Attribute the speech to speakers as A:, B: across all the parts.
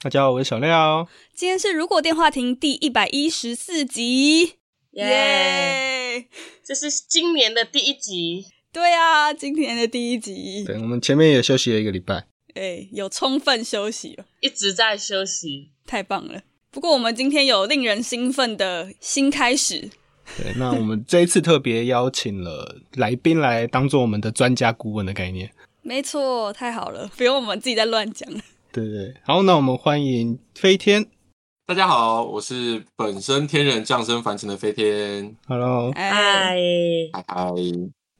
A: 大家好，我是小廖。
B: 今天是《如果电话亭》第一百一十四集，
C: 耶！
B: 耶！
C: 这是今年的第一集，
B: 对啊，今天的第一集，
A: 对，我们前面也休息了一个礼拜，
B: 哎，有充分休息了，
C: 一直在休息。
B: 太棒了。不过我们今天有令人兴奋的新开始，
A: 对，那我们这一次特别邀请了来宾来当做我们的专家顾问的概念，
B: 没错，太好了，不用我们自己再乱讲了。
A: 对对对。好，那我们欢迎飞天
D: 大家好，我是本身天人降生凡尘的飞天，
A: ，Hello。
B: 哎，
C: 哎，
D: 嗨嗨，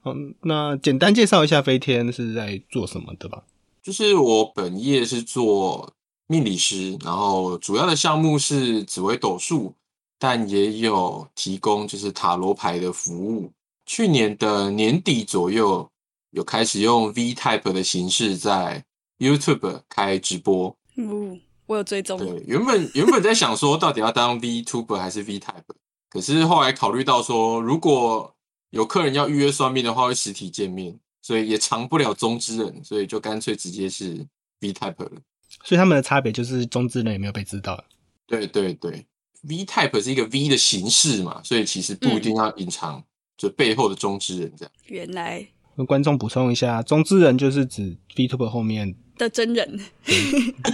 A: 好，那简单介绍一下飞天是在做什么的吧。
D: 就是我本业是做命理师，然后主要的项目是紫微斗数，但也有提供就是塔罗牌的服务。去年的年底左右，有开始用 V Type 的形式在 YouTube 开直播，
B: 呜，我有追踪，
A: 嗯
D: 对，原本原本在想说，到底要当 VTuber 还是 VType，可是后来考虑到说，如果有客人要预约算命的话，会实体见面，所以也藏不了中之人，所以就干脆直接是 VType 了。
A: 所以他们的差别就是中之人有没有被知道。
D: 对对对，VType 是一个 V 的形式嘛，所以其实不一定要隐藏、就背后的中之人这样。
B: 原来
A: 跟观众补充一下，中之人就是指 VTuber 后面
B: 的真 人，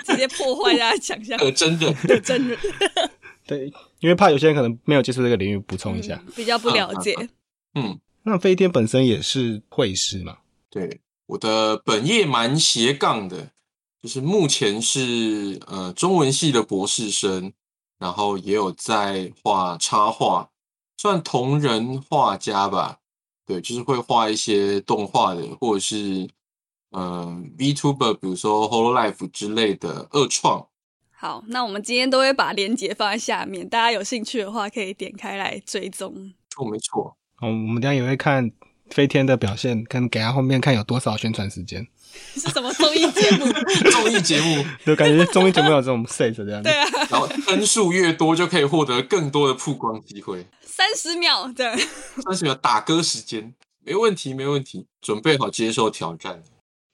B: 直接破坏大家想象
D: 呃，真的，
B: 的真 人，
A: 对，因为怕有些人可能没有接触这个领域，补充一下。
B: 嗯比较不了解。
D: 嗯，
A: 那飞天本身也是会师嘛，
D: 对，我的本业蛮斜杠的，就是目前是呃中文系的博士生，然后也有在画插画，算同人画家吧。对，就是会画一些动画的，或者是嗯、呃、VTuber，比如说 Hololive 之类的二创。
B: 好，那我们今天都会把链接放在下面，大家有兴趣的话可以点开来追踪。
D: 错没错，
A: 哦，我们等一下也会看飞天的表现，看给他后面看有多少宣传时间。
B: 是什么综艺节 目？
D: 综艺节目，
A: 就感觉综艺节目有这种 set 这样子
B: 对。啊，
D: 然后分数越多就可以获得更多的曝光机会。
B: 三十秒这样。
D: 三十秒打歌时间，没问题，没问题，准备好接受挑战。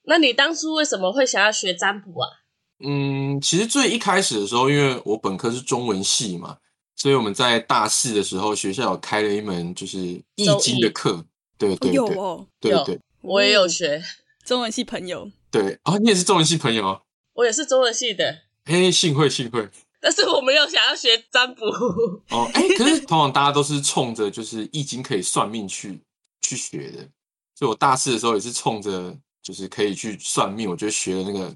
C: 那你当初为什么会想要学占卜啊？
D: 嗯，其实最一开始的时候，因为我本科是中文系嘛，所以我们在大四的时候，学校有开了一门就是易经的课。对对
B: 有
D: 对
B: 哦，
D: 对
C: 有
D: 对
C: 我也有学，
B: 中文系朋友，
D: 对，哦，你也是中文系朋友啊？
C: 我也是中文系的，
D: 嘿，幸会幸会。
C: 但是我没有想要学占卜。
D: 哦，哎，可 是通常大家都是冲着就是易经可以算命去去学的，所以我大四的时候也是冲着就是可以去算命，我就学了那个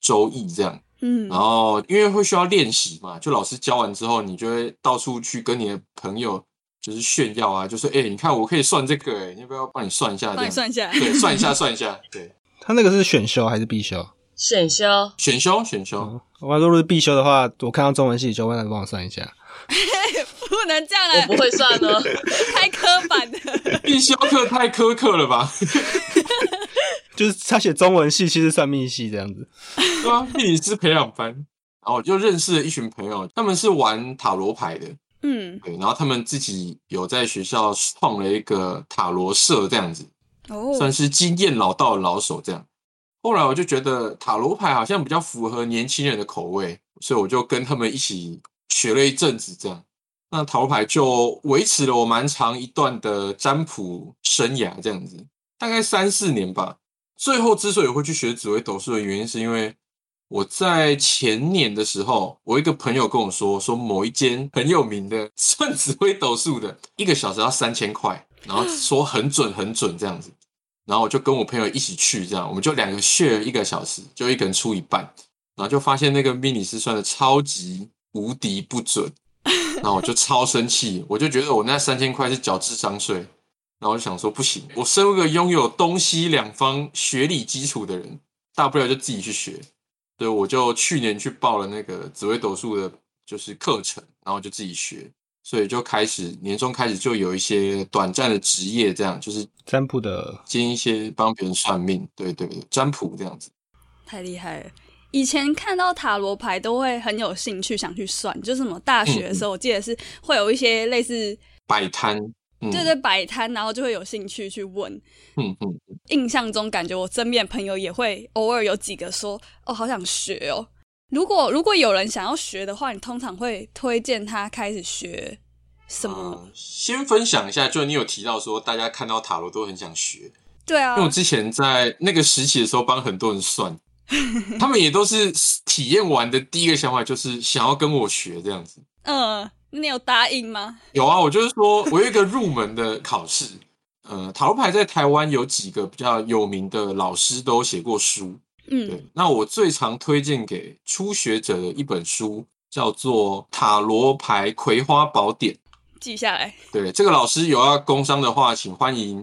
D: 周易这样。
B: 嗯
D: 然，后因为会需要练习嘛，就老师教完之后，你就会到处去跟你的朋友就是炫耀啊，就说：“哎、你看我可以算这个、哎，你要不要帮你算一下？”这
B: 帮你
D: 样
B: 算一下，
D: 对，算一下，算一下。对，
A: 他那个是选修还是必修？
C: 选修
D: 选修，选修，
A: 我如果是必修的话，我看到中文系就问他帮我算一下。
B: 不能这样
C: 我
B: 啊，
C: 不会算哦，
B: 太刻板 了。
D: 必修课太苛刻了吧？
A: 就是他写中文系，其实算命系这样子。
D: 对啊，命理师培养班。然后我就认识了一群朋友，他们是玩塔罗牌的，
B: 嗯，
D: 对，然后他们自己有在学校创了一个塔罗社这样子，算
B: 哦，
D: 是经验老道的老手这样。后来我就觉得塔罗牌好像比较符合年轻人的口味，所以我就跟他们一起学了一阵子这样。那塔罗牌就维持了我蛮长一段的占卜生涯，这样子大概三四年吧。最后之所以会去学紫微斗数的原因，是因为我在前年的时候，我一个朋友跟我说，说某一间很有名的算紫微斗数的，一个小时要三千块，然后说很准很准这样子。然后我就跟我朋友一起去，这样我们就两个 share 一个小时，就一个人出一半，然后就发现那个命理师算的超级无敌不准，然后我就超生气，我就觉得我那三千块是缴智商税，然后我就想说不行，我身为一个拥有东西两方学理基础的人，大不了就自己去学，所以我就去年去报了那个紫微斗数的就是课程，然后就自己学，所以就开始年终开始就有一些短暂的职业，这样就是
A: 占卜的
D: 接一些帮别人算命，对对对，占卜这样子。
B: 太厉害了！以前看到塔罗牌都会很有兴趣，想去算。就是什么大学的
D: 嗯
B: 时候，我记得是会有一些类似
D: 摆摊，嗯，
B: 对对摆摊，然后就会有兴趣去问。
D: 嗯嗯，
B: 印象中感觉我身边的朋友也会偶尔有几个说：“哦，好想学哦。”如果如果有人想要学的话，你通常会推荐他开始学什么？
D: 呃先分享一下，就你有提到说大家看到塔罗都很想学，
B: 对啊
D: 因为，我之前在那个时期的时候帮很多 人算，他们也都是体验完的第一个想法就是想要跟我学这样子。
B: 嗯，你有答应吗？
D: 有啊，我就是说我有一个入门的考试，呃，塔罗牌在台湾有几个比较有名的老师都写过书，
B: 嗯
D: 对，那我最常推荐给初学者的一本书叫做《塔罗牌葵花宝典》。
B: 记下来。
D: 对，这个老师有要工商的话，请欢迎，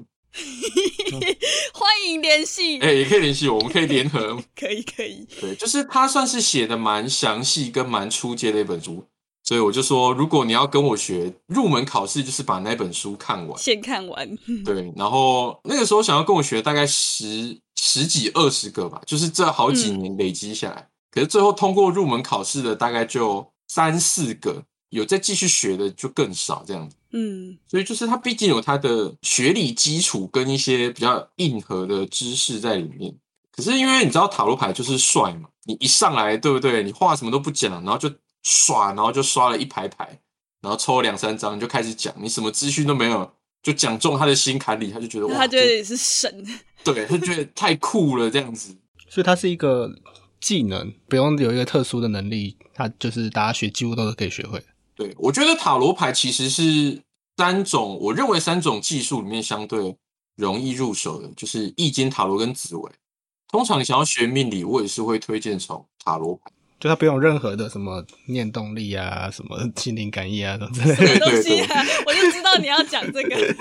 B: 欢迎联系，
D: 哎、也可以联系我，我们可以联合。
B: 可以可以，
D: 对，就是他算是写的蛮详细跟蛮出界的一本书，所以我就说，如果你要跟我学，入门考试就是把那本书看完。
B: 先看完。
D: 对，然后那个时候想要跟我学大概十十几二十个吧，就是这好几年累积下来，可是最后通过入门考试的大概就三四个，有再继续学的就更少这样子。
B: 嗯，
D: 所以就是它毕竟有它的学理基础跟一些比较硬核的知识在里面。可是因为你知道塔罗牌就是帅嘛，你一上来对不对？你话什么都不讲，然后就刷，然后就刷了一排牌，然后抽了两三张你就开始讲，你什么资讯都没有，就讲中他的心坎里，他就觉得哇，
B: 他觉得
D: 这
B: 也是神，
D: 对，他觉得太酷了这样子。
A: 所以它是一个技能，不用有一个特殊的能力，它就是大家学几乎都是可以学会的。
D: 对，我觉得塔罗牌其实是三种，我认为三种技术里面相对容易入手的，就是易经、塔罗跟紫微。通常你想要学命理，我也是会推荐从塔罗牌。
A: 就它不用任何的什么念动力啊、什么心灵感应啊什么之类
B: 什
A: 的。
B: 么东西啊？我就知道你要讲这 个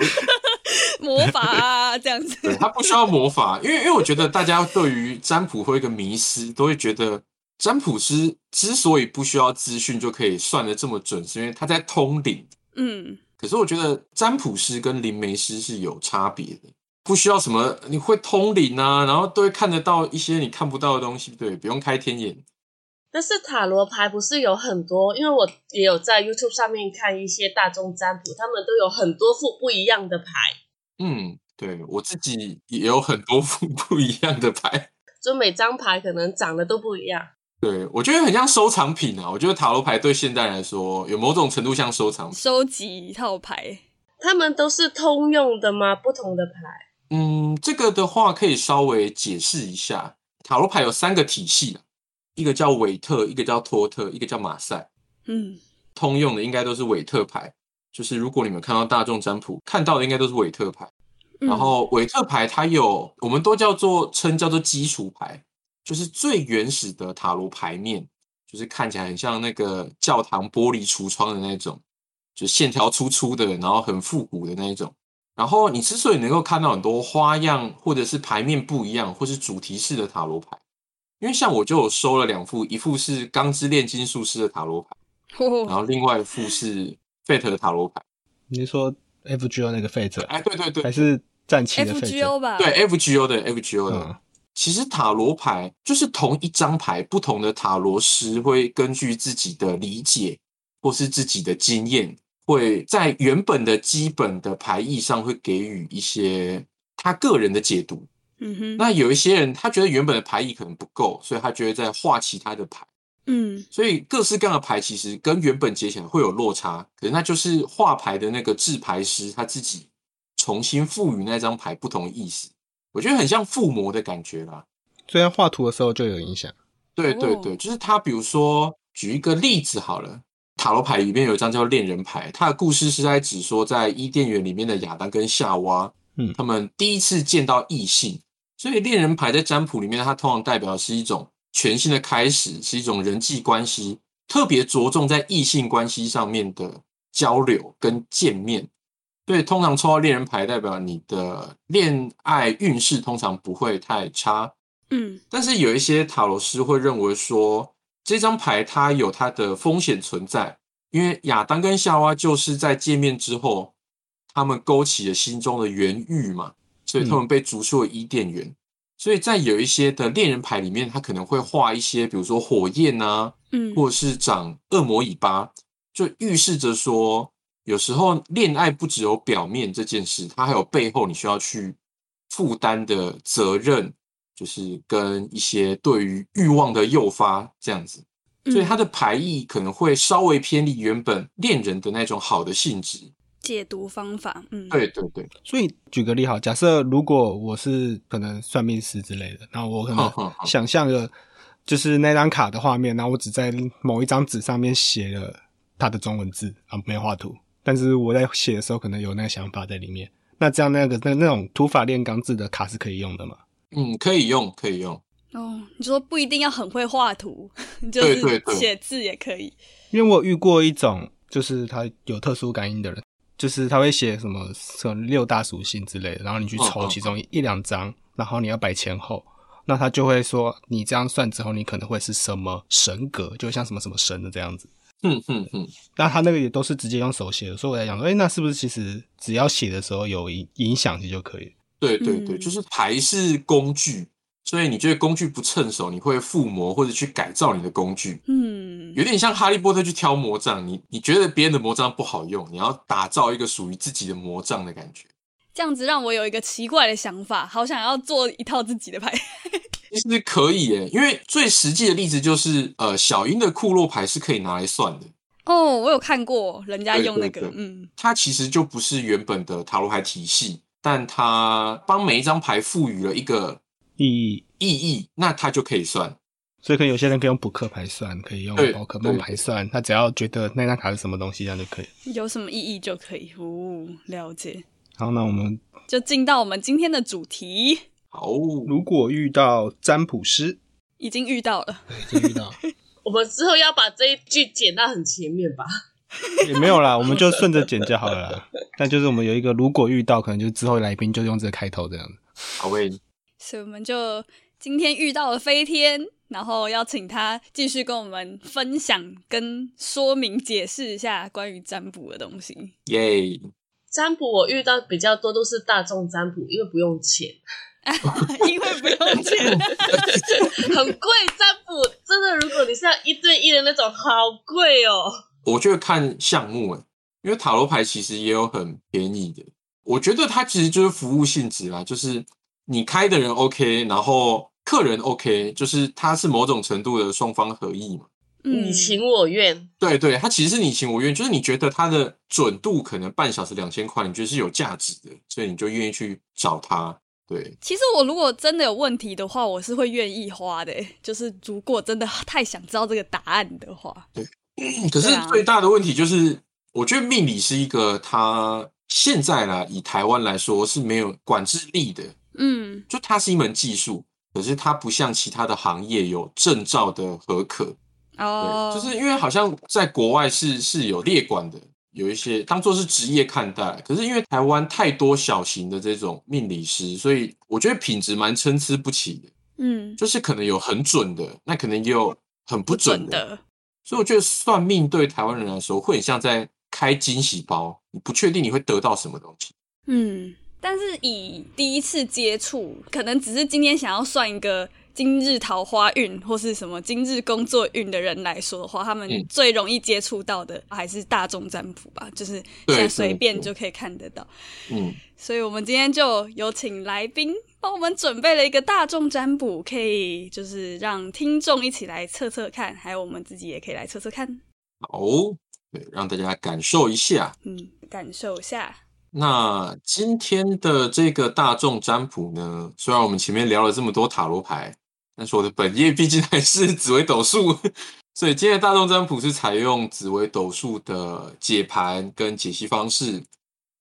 B: 魔法啊，这样子。
D: 对，它不需要魔法，因为因为我觉得大家对于占卜会有一个迷思，都会觉得占卜师之所以不需要资讯就可以算得这么准，是因为他在通灵。
B: 嗯，
D: 可是我觉得占卜师跟灵媒师是有差别的，不需要什么你会通灵啊，然后都会看得到一些你看不到的东西，对，不用开天眼。
C: 但是塔罗牌不是有很多，因为我也有在 YouTube 上面看一些大众占卜，他们都有很多副不一样的牌，
D: 嗯，对我自己也有很多 副不一样的牌，
C: 就每张牌可能长得都不一样。
D: 对我觉得很像收藏品啊。我觉得塔罗牌对现代人来说有某种程度像收藏品。
B: 收集一套牌，
C: 他们都是通用的吗？不同的牌，
D: 嗯，这个的话可以稍微解释一下，塔罗牌有三个体系啊，一个叫韦特，一个叫托特，一个叫马赛。
B: 嗯，
D: 通用的应该都是韦特牌，就是如果你们看到大众占卜看到的应该都是韦特牌。
B: 嗯
D: 然后韦特牌它有我们都叫做称叫做基础牌，就是最原始的塔罗牌面，就是看起来很像那个教堂玻璃橱窗的那种，就线条粗粗的，然后很复古的那一种。然后你之所以能够看到很多花样，或者是牌面不一样，或是主题式的塔罗牌，因为像我就有收了两副，一副是《钢之炼金术师》的塔罗牌。然
B: 哦，
D: 后另外一副是 Fate 的塔罗牌。
A: 你是说 FGO 那个 Fate
D: 哎，对对
A: 还
D: 对，
A: 是战旗的 Fate？
B: FGO 吧，
D: 对 FGO 的 FGO 的。
A: 嗯，
D: 其实塔罗牌就是同一张牌，不同的塔罗师会根据自己的理解或是自己的经验，会在原本的基本的牌意上会给予一些他个人的解读。
B: 嗯哼，
D: 那有一些人他觉得原本的牌意可能不够，所以他就会再画其他的牌。
B: 嗯
D: 所以各式各样的牌其实跟原本解起来会有落差，可是那就是画牌的那个制牌师他自己重新赋予那张牌不同的意思，我觉得很像附魔的感觉啦。
A: 虽然画图的时候就有影响。
D: 对
B: 哦
D: 对对，就是他，比如说举一个例子好了，塔罗牌里面有一张叫恋人牌，它的故事是在指说在伊甸园里面的亚当跟夏娃，
A: 嗯
D: 他们第一次见到异性，所以恋人牌在占卜里面，它通常代表是一种全新的开始，是一种人际关系，特别着重在异性关系上面的交流跟见面。所以通常抽到恋人牌，代表你的恋爱运势通常不会太差，
B: 嗯
D: 但是有一些塔罗师会认为说，这张牌它有它的风险存在，因为亚当跟夏娃就是在见面之后，他们勾起了心中的原欲嘛，所以他们被逐出了伊甸园。所以在有一些的恋人牌里面，它可能会画一些，比如说火焰啊，
B: 嗯，
D: 或者是长恶魔尾巴，就预示着说，有时候恋爱不只有表面这件事，它还有背后你需要去负担的责任，就是跟一些对于欲望的诱发这样子。所以它
B: 嗯
D: 的牌意可能会稍微偏离原本恋人的那种好的性质。
B: 解读方法，嗯，
D: 对对对，
A: 所以举个例好，假设如果我是可能算命师之类的，那我可
D: 哼哼
A: 能
D: 哼
A: 想象了就是那张卡的画面，然后我只在某一张纸上面写了它的中文字啊，没有画图，但是我在写的时候可能有那个想法在里面。那这样那个那那种土法炼钢字的卡是可以用的嘛？
D: 嗯，可以用，可以用。
B: 哦，你说不一定要很会画图， 就
D: 对
B: 是
D: 对对
B: 写字也可以，
A: 因为我有遇过一种就是他有特殊感应的人，就是他会写什么什么六大属性之类的，然后你去
D: 嗯
A: 抽
D: 嗯
A: 其中一一两张，然后你要摆前后，那他就会说你这样算之后，你可能会是什么神格，就像什么什么神的这样子。
D: 哼哼哼，
A: 那他那个也都是直接用手写的，所以我在想说，哎、那是不是其实只要写的时候有影影响就可以了？
D: 对对对，
B: 嗯
D: 就是牌是工具，所以你觉得工具不趁手，你会附魔或者去改造你的工具。
B: 嗯，
D: 有点像哈利波特去挑魔杖，你你觉得别人的魔杖不好用，你要打造一个属于自己的魔杖的感觉。
B: 这样子让我有一个奇怪的想法，好想要做一套自己的牌，
D: 其实可以耶，因为最实际的例子就是，呃，小樱的库洛牌是可以拿来算的，
B: 哦，我有看过人家
D: 对
B: 用那
D: 对
B: 个，
D: 对
B: 嗯
D: 它其实就不是原本的塔罗牌体系，但它帮每一张牌赋予了一个
A: 意义，
D: 意义，那它就可以算。
A: 所以可能有些人可以用扑克牌算，可以用
D: 对
A: 宝可梦
D: 对
A: 牌算，他只要觉得那张卡是什么东西，这样就可以了。
B: 有什么意义就可以，哦，了解，
A: 好，那我们
B: 就进到我们今天的主题，
D: 好，
A: 如果遇到占卜师，
B: 已经遇到了，
A: 就遇到
C: 我们之后要把这一句剪到很前面吧。
A: 也没有啦，我们就顺着剪就好了啦。但就是我们有一个，如果遇到，可能就是之后来宾就用这个开头这样子。
D: 好喂，
B: 所以我们就今天遇到了飞天，然后要请他继续跟我们分享、跟说明、解释一下关于占卜的东西。
D: 耶，
C: 占卜我遇到比较多都是大众占卜，因为不用 钱，
B: 因为不用钱，
C: 很贵。占卜真的，如果你是要一对一的那种，好贵哦。
D: 我觉得看项目诶，因为塔罗牌其实也有很便宜的。我觉得它其实就是服务性质啦，就是你开的人 OK，然后客人 OK，就是它是某种程度的双方合意嘛。
B: 嗯
C: 你，情我愿，
D: 对对，它其实是你情我愿，就是你觉得它的准度可能半小时两千块，你觉得是有价值的，所以你就愿意去找他。对，
B: 其实我如果真的有问题的话，我是会愿意花的。欸就是如果真的太想知道这个答案的话，
D: 可是
B: 对啊
D: 最大的问题就是，我觉得命理是一个它现在啦，以台湾来说是没有管制力的，
B: 嗯
D: 就它是一门技术，可是它不像其他的行业有证照的合可，
B: 哦，
D: 对，就是因为好像在国外是是有列管的，有一些当做是职业看待，可是因为台湾太多小型的这种命理师，所以我觉得品质蛮参差不齐的，
B: 嗯
D: 就是可能有很准的，那可能也有很不准
B: 准
D: 的，
B: 的，
D: 所以我觉得算命对台湾人来说会很像在开惊喜包，你不确定你会得到什么东西。
B: 嗯，但是以第一次接触，可能只是今天想要算一个今日桃花运或是什么今日工作运的人来说的话，他们
D: 嗯
B: 最容易接触到的还是大众占卜吧，就是
D: 对
B: 现在随
D: 对
B: 便
D: 对
B: 就可以看得到。
D: 嗯，
B: 所以我们今天就有请来宾帮我们准备了一个大众占卜，可以就是让听众一起来测测看，还有我们自己也可以来测测看，
D: 好，对，让大家感受一下。
B: 嗯，感受一下。
D: 那今天的这个大众占卜呢，虽然我们前面聊了这么多塔罗牌，但是我的本业毕竟还是紫微斗数， 所以今天的大众占卜是采用紫微斗数的解盘跟解析方式。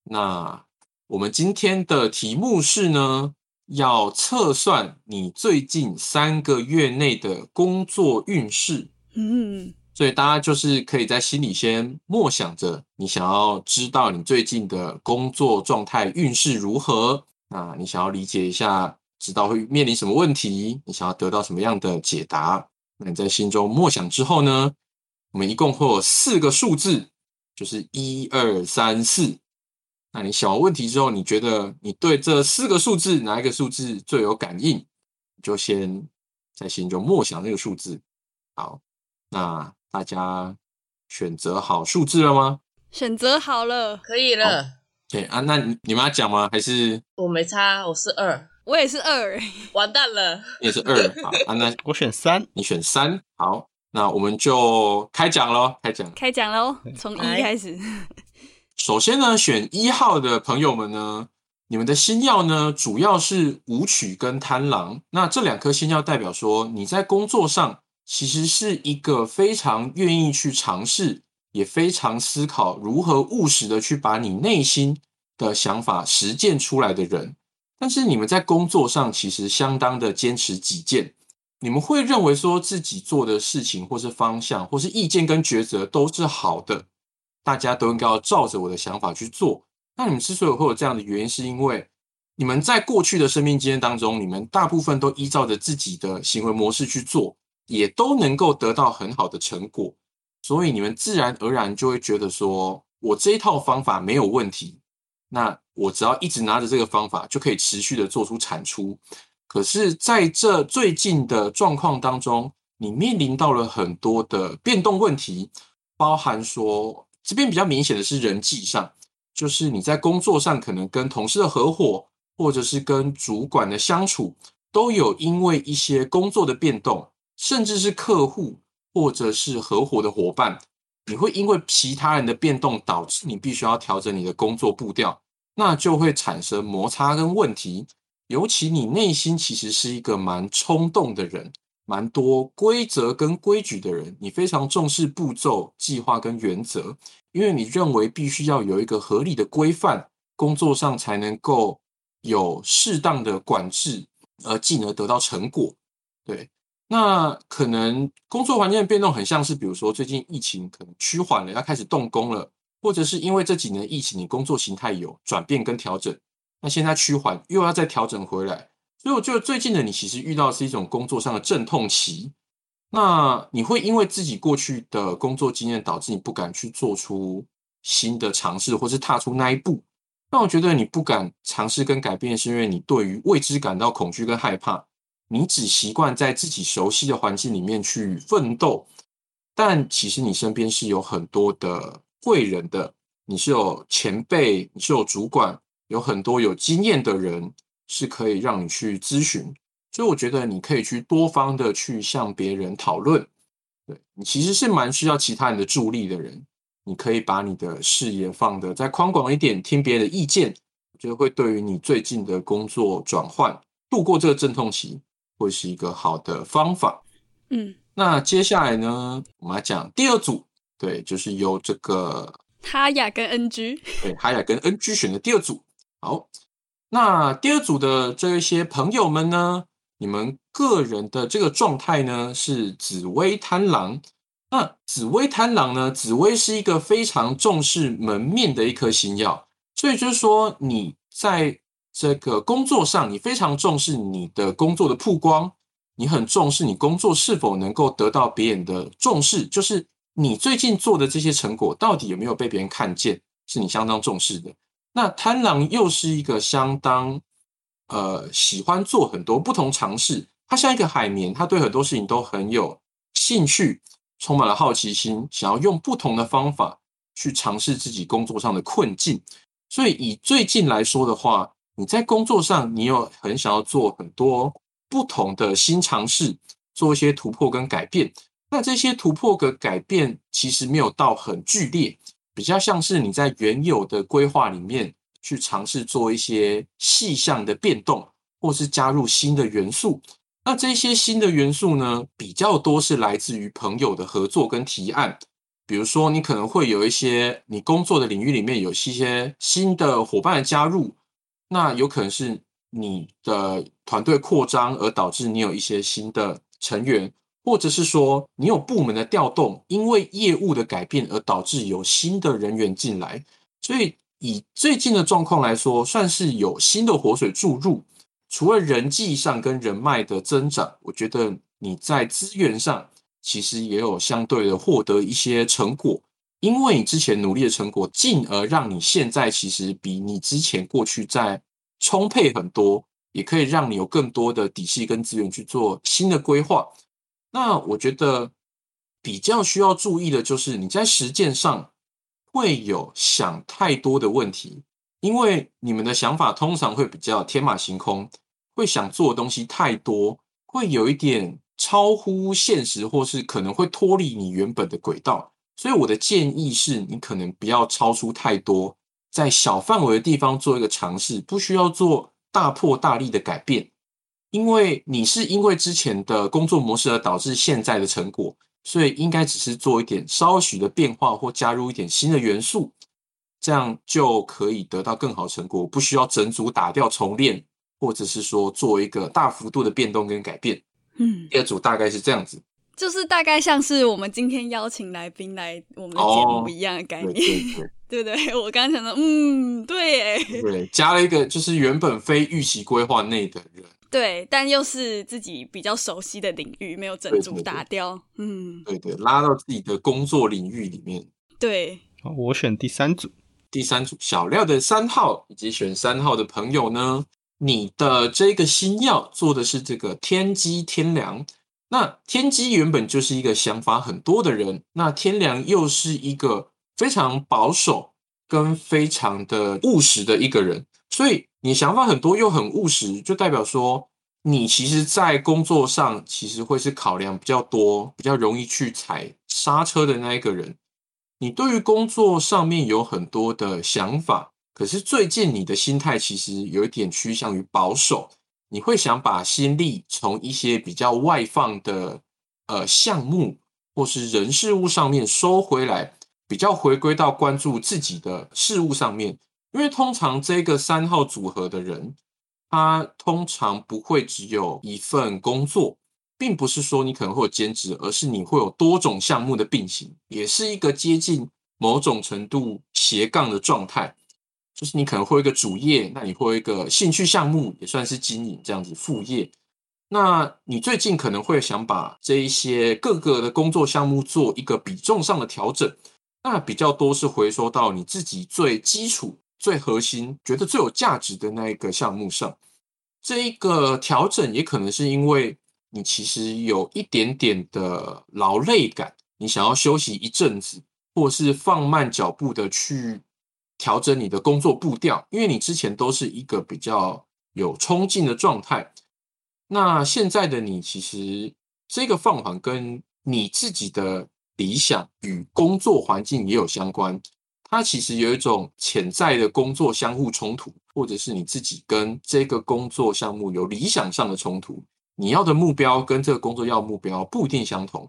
D: 那我们今天的题目是呢，要测算你最近三个月内的工作运势。
B: 嗯，
D: 所以大家就是可以在心里先默想着，你想要知道你最近的工作状态运势如何，那你想要理解一下，知道会面临什么问题，你想要得到什么样的解答。那你在心中默想之后呢，我们一共会有四个数字，就是一二三四。那你想完问题之后，你觉得你对这四个数字哪一个数字最有感应，你就先在心中默想那个数字。好，那大家选择好数字了吗？
B: 选择好了，
C: 可以了，
D: 对啊，那你你们要讲吗？还是
C: 我没差，我是二，
B: 我也是二，
C: 完蛋了，
D: 你也是二？好啊，那
A: 我选三，
D: 你选三，好，那我们就开讲喽，开讲。
B: 开讲喽，
D: 哎
B: 从一
C: 来
B: 开始。
D: 首先呢，选一号的朋友们呢，你们的星耀呢，主要是武曲跟贪狼。那这两颗星耀代表说，你在工作上其实是一个非常愿意去尝试，也非常思考如何务实的去把你内心的想法实践出来的人。但是你们在工作上其实相当的坚持己见，你们会认为说自己做的事情或是方向或是意见跟抉择都是好的，大家都应该要照着我的想法去做。那你们之所以会有这样的原因，是因为你们在过去的生命经验当中，你们大部分都依照着自己的行为模式去做，也都能够得到很好的成果，所以你们自然而然就会觉得说，我这一套方法没有问题，那我只要一直拿着这个方法，就可以持续的做出产出。可是，在这最近的状况当中，你面临到了很多的变动问题，包含说这边比较明显的是人际上，就是你在工作上可能跟同事的合伙，或者是跟主管的相处，都有因为一些工作的变动，甚至是客户或者是合伙的伙伴，你会因为其他人的变动导致你必须要调整你的工作步调，那就会产生摩擦跟问题。尤其你内心其实是一个蛮冲动的人，蛮多规则跟规矩的人，你非常重视步骤、计划跟原则，因为你认为必须要有一个合理的规范，工作上才能够有适当的管制，而进而得到成果。对，那可能工作环境的变动很像是，比如说最近疫情可能趋缓了，要开始动工了，或者是因为这几年疫情，你工作形态有转变跟调整，那现在趋缓又要再调整回来，所以我觉得最近的你其实遇到的是一种工作上的阵痛期。那你会因为自己过去的工作经验，导致你不敢去做出新的尝试，或是踏出那一步。那我觉得你不敢尝试跟改变，是因为你对于未知感到恐惧跟害怕。你只习惯在自己熟悉的环境里面去奋斗，但其实你身边是有很多的贵人的，你是有前辈，你是有主管，有很多有经验的人是可以让你去咨询。所以我觉得你可以去多方的去向别人讨论，对你其实是蛮需要其他人的助力的人。你可以把你的视野放得再宽广一点，听别人的意见，我觉得会对于你最近的工作转换度过这个阵痛期，会是一个好的方法。
B: 嗯，
D: 那接下来呢，我们来讲第二组，对，就是由这个
B: 他雅跟 NG，
D: 对哈雅跟 NG 选的第二组。好，那第二组的这一些朋友们呢，你们个人的这个状态呢是紫薇贪狼。那紫薇贪狼呢，紫薇是一个非常重视门面的一颗星耀，所以就是说你在这个工作上，你非常重视你的工作的曝光，你很重视你工作是否能够得到别人的重视，就是你最近做的这些成果到底有没有被别人看见，是你相当重视的。那贪狼又是一个相当呃喜欢做很多不同尝试，他像一个海绵，他对很多事情都很有兴趣，充满了好奇心，想要用不同的方法去尝试自己工作上的困境。所以以最近来说的话，你在工作上你有很想要做很多不同的新尝试，做一些突破跟改变。那这些突破跟改变其实没有到很剧烈，比较像是你在原有的规划里面去尝试做一些细项的变动，或是加入新的元素。那这些新的元素呢，比较多是来自于朋友的合作跟提案。比如说，你可能会有一些你工作的领域里面有一些新的伙伴的加入，那有可能是你的团队扩张而导致你有一些新的成员，或者是说你有部门的调动，因为业务的改变而导致有新的人员进来。所以以最近的状况来说，算是有新的活水注入。除了人际上跟人脉的增长，我觉得你在资源上其实也有相对的获得一些成果，因为你之前努力的成果，进而让你现在其实比你之前过去在充沛很多，也可以让你有更多的底气跟资源去做新的规划。那我觉得比较需要注意的就是你在实践上会有想太多的问题，因为你们的想法通常会比较天马行空，会想做的东西太多，会有一点超乎现实，或是可能会脱离你原本的轨道。所以我的建议是，你可能不要超出太多，在小范围的地方做一个尝试，不需要做大破大立的改变，因为你是因为之前的工作模式而导致现在的成果，所以应该只是做一点稍许的变化或加入一点新的元素，这样就可以得到更好的成果，不需要整组打掉重练，或者是说做一个大幅度的变动跟改变。
B: 嗯，
D: 第二组大概是这样子，
B: 就是大概像是我们今天邀请来宾来我们的节目
D: 哦
B: 一样的概
D: 对
B: 念，
D: 对对。
B: 对不对？我刚刚想到，嗯，对耶，
D: 对，加了一个就是原本非预期规划内的人。
B: 对，但又是自己比较熟悉的领域，没有整
D: 对
B: 组
D: 对
B: 打掉，嗯，
D: 对对，拉到自己的工作领域里面。
B: 对，
A: 好哦我选第三组，
D: 第三组小廖的三号以及选三号的朋友呢，你的这个新药做的是这个天机天良。那天机原本就是一个想法很多的人，那天良又是一个非常保守跟非常的务实的一个人，所以你想法很多又很务实，就代表说你其实，在工作上其实会是考量比较多，比较容易去踩刹车的那一个人。你对于工作上面有很多的想法，可是最近你的心态其实有一点趋向于保守，你会想把心力从一些比较外放的呃项目或是人事物上面收回来，比较回归到关注自己的事物上面。因为通常这个三号组合的人，他通常不会只有一份工作，并不是说你可能会有兼职，而是你会有多种项目的并行，也是一个接近某种程度斜杠的状态。就是你可能会有一个主业，那你会有一个兴趣项目，也算是经营这样子副业。那你最近可能会想把这一些各个的工作项目做一个比重上的调整，那比较多是回收到你自己最基础、最核心、觉得最有价值的那一个项目上。这一个调整也可能是因为你其实有一点点的劳累感，你想要休息一阵子，或是放慢脚步的去调整你的工作步调，因为你之前都是一个比较有冲劲的状态。那现在的你，其实这个放缓跟你自己的理想与工作环境也有相关，它其实有一种潜在的工作相互冲突，或者是你自己跟这个工作项目有理想上的冲突。你要的目标跟这个工作要的目标不一定相同，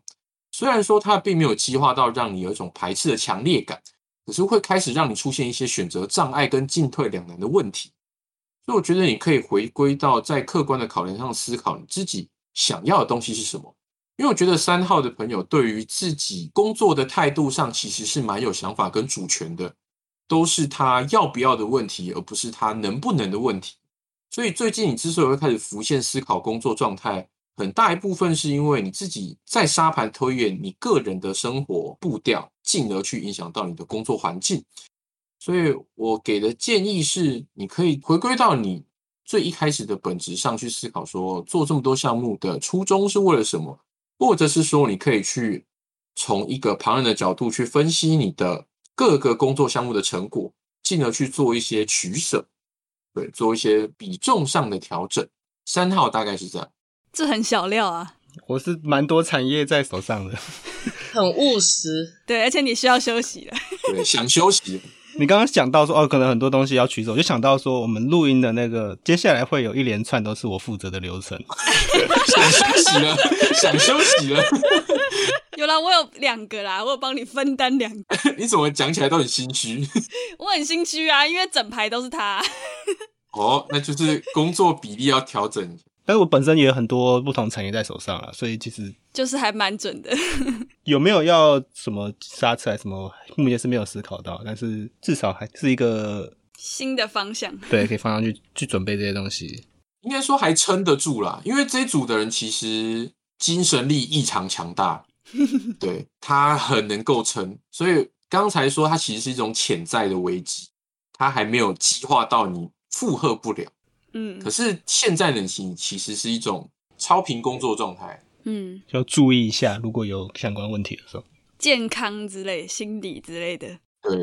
D: 虽然说它并没有激化到让你有一种排斥的强烈感，可是会开始让你出现一些选择障碍跟进退两难的问题。所以我觉得你可以回归到在客观的考量上思考你自己想要的东西是什么。因为我觉得三号的朋友对于自己工作的态度上其实是蛮有想法跟主权的，都是他要不要的问题，而不是他能不能的问题。所以最近你之所以会开始浮现思考工作状态，很大一部分是因为你自己在沙盘推演你个人的生活步调，进而去影响到你的工作环境。所以我给的建议是，你可以回归到你最一开始的本质上去思考说，做这么多项目的初衷是为了什么，或者是说，你可以去从一个旁人的角度去分析你的各个工作项目的成果，进而去做一些取舍，对，做一些比重上的调整。三号大概是这样，
B: 这很小料啊，
A: 我是蛮多产业在手上的。
C: 很务实。
B: 对，而且你需要休息了，
D: 对，想休息，
A: 你刚刚讲到说哦，可能很多东西要取走，我就想到说我们录音的那个接下来会有一连串都是我负责的流程。
D: 想休息了，想休息了。
B: 有啦，我有两个啦，我有帮你分担两个，
D: 你怎么讲起来都很心虚？
B: 我很心虚啊，因为整排都是他，
D: 哦，那就是工作比例要调整一下。
A: 但是我本身也有很多不同产业在手上啊，所以其实
B: 就是还蛮准的，
A: 有没有要什么刹车还是什么，目前是没有思考到，但是至少还是一个
B: 新的方向，
A: 对可以放上去去准备这些东西。
D: 应该说还撑得住啦，因为这一组的人其实精神力异常强大，对他很能够撑，所以刚才说它其实是一种潜在的危机，它还没有激化到你负荷不了。
B: 嗯
D: 可是现在人性其实是一种超频工作状态，
B: 嗯，
A: 要注意一下，如果有相关问题的时候，
B: 健康之类、心理之类的，
D: 对，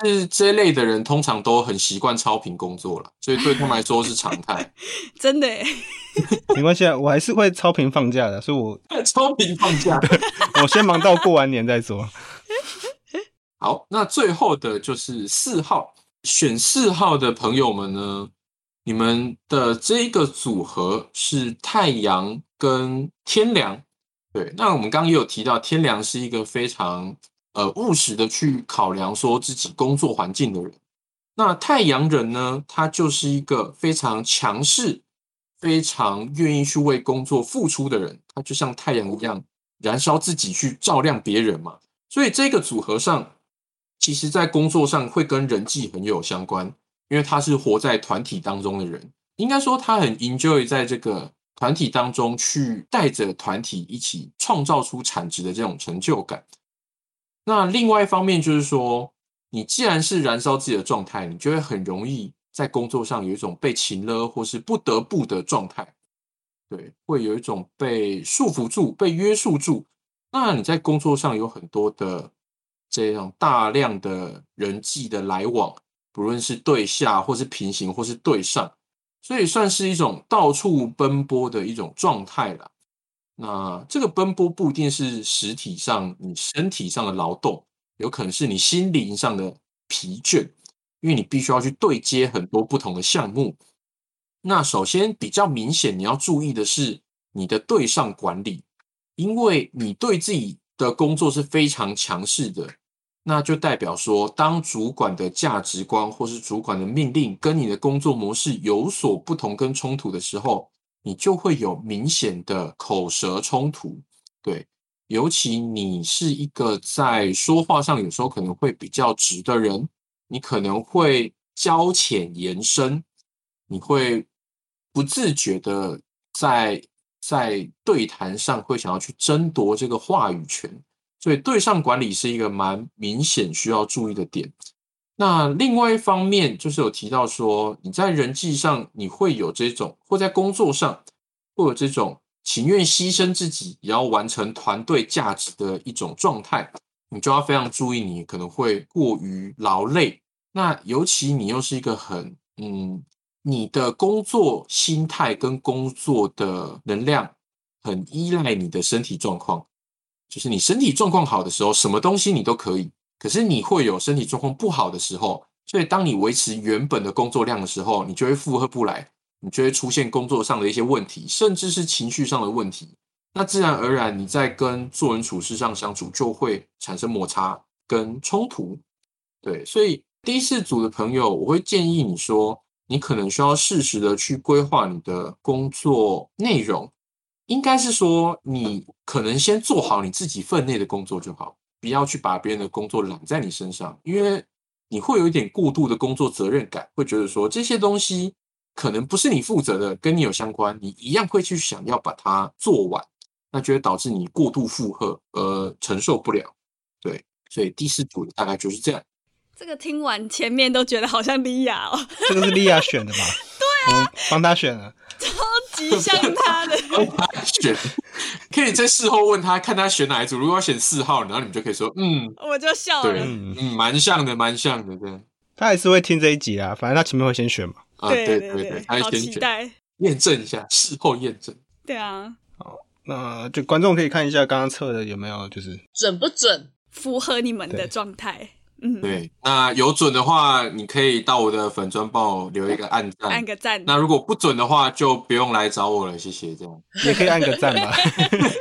D: 但是这类的人通常都很习惯超频工作了，所以对他们来说是常态。
B: 真的欸耶，
A: 没关系啊，我还是会超频放假的，所以我
D: 超频放假。
A: 我先忙到过完年再说。
D: 好，那最后的就是四号，选四号的朋友们呢，你们的这一个组合是太阳跟天梁。对，那我们刚刚也有提到，天梁是一个非常呃务实的去考量说自己工作环境的人。那太阳人呢，他就是一个非常强势、非常愿意去为工作付出的人，他就像太阳一样燃烧自己去照亮别人嘛。所以这个组合上，其实在工作上会跟人际很有相关，因为他是活在团体当中的人，应该说他很 enjoy 在这个团体当中去带着团体一起创造出产值的这种成就感。那另外一方面就是说，你既然是燃烧自己的状态，你就会很容易在工作上有一种被擒了或是不得不的状态，对，会有一种被束缚住、被约束住。那你在工作上有很多的这样大量的人际的来往，不论是对下或是平行或是对上，所以算是一种到处奔波的一种状态啦。那这个奔波不一定是实体上你身体上的劳动，有可能是你心灵上的疲倦，因为你必须要去对接很多不同的项目。那首先比较明显你要注意的是你的对上管理，因为你对自己的工作是非常强势的，那就代表说，当主管的价值观或是主管的命令跟你的工作模式有所不同跟冲突的时候，你就会有明显的口舌冲突。对，尤其你是一个在说话上有时候可能会比较直的人，你可能会交浅言深，你会不自觉的在在对谈上会想要去争夺这个话语权，所以对上管理是一个蛮明显需要注意的点。那另外一方面就是有提到说，你在人际上你会有这种，或在工作上会有这种情愿牺牲自己也要完成团队价值的一种状态，你就要非常注意，你可能会过于劳累。那尤其你又是一个很嗯你的工作心态跟工作的能量很依赖你的身体状况，就是你身体状况好的时候，什么东西你都可以。可是你会有身体状况不好的时候，所以当你维持原本的工作量的时候，你就会负荷不来，你就会出现工作上的一些问题，甚至是情绪上的问题。那自然而然，你在跟做人处事上相处就会产生摩擦跟冲突。对，所以第四组的朋友，我会建议你说，你可能需要适时的去规划你的工作内容，应该是说你可能先做好你自己分内的工作就好，不要去把别人的工作揽在你身上，因为你会有一点过度的工作责任感，会觉得说这些东西可能不是你负责的，跟你有相关，你一样会去想要把它做完，那就会导致你过度负荷而承受不了。对，所以第四组大概就是这样。
B: 这个听完前面都觉得好像莉亚哦，
A: 这个是莉亚选的吧？ 对啊，帮她选了。
B: 超级像她 的。
D: 选，可以在事后问他，看他选哪一组。如果要选四号，然后你们就可以说，嗯，
B: 我就笑
D: 对，
B: 了，
A: 嗯
D: 嗯，蛮像的，蛮像的，这样
A: 她还是会听这一集啊啦，反正她前面会先选嘛。
D: 啊，
B: 对
D: 对对，他
B: 好
D: 先
B: 期
D: 选，
B: 待，
D: 验证一下，事后验证。
B: 对啊，
A: 那就观众可以看一下刚刚测的有没有 就是
C: 准不准？
B: 符合你们的
A: 对
B: 状态，嗯，
D: 对，那有准的话，你可以到我的粉砖报留一个暗
B: 按
D: 赞。
B: 个赞，
D: 啊那如果不准的话，就不用来找我了，谢谢。这样
A: 也可以按个赞吧。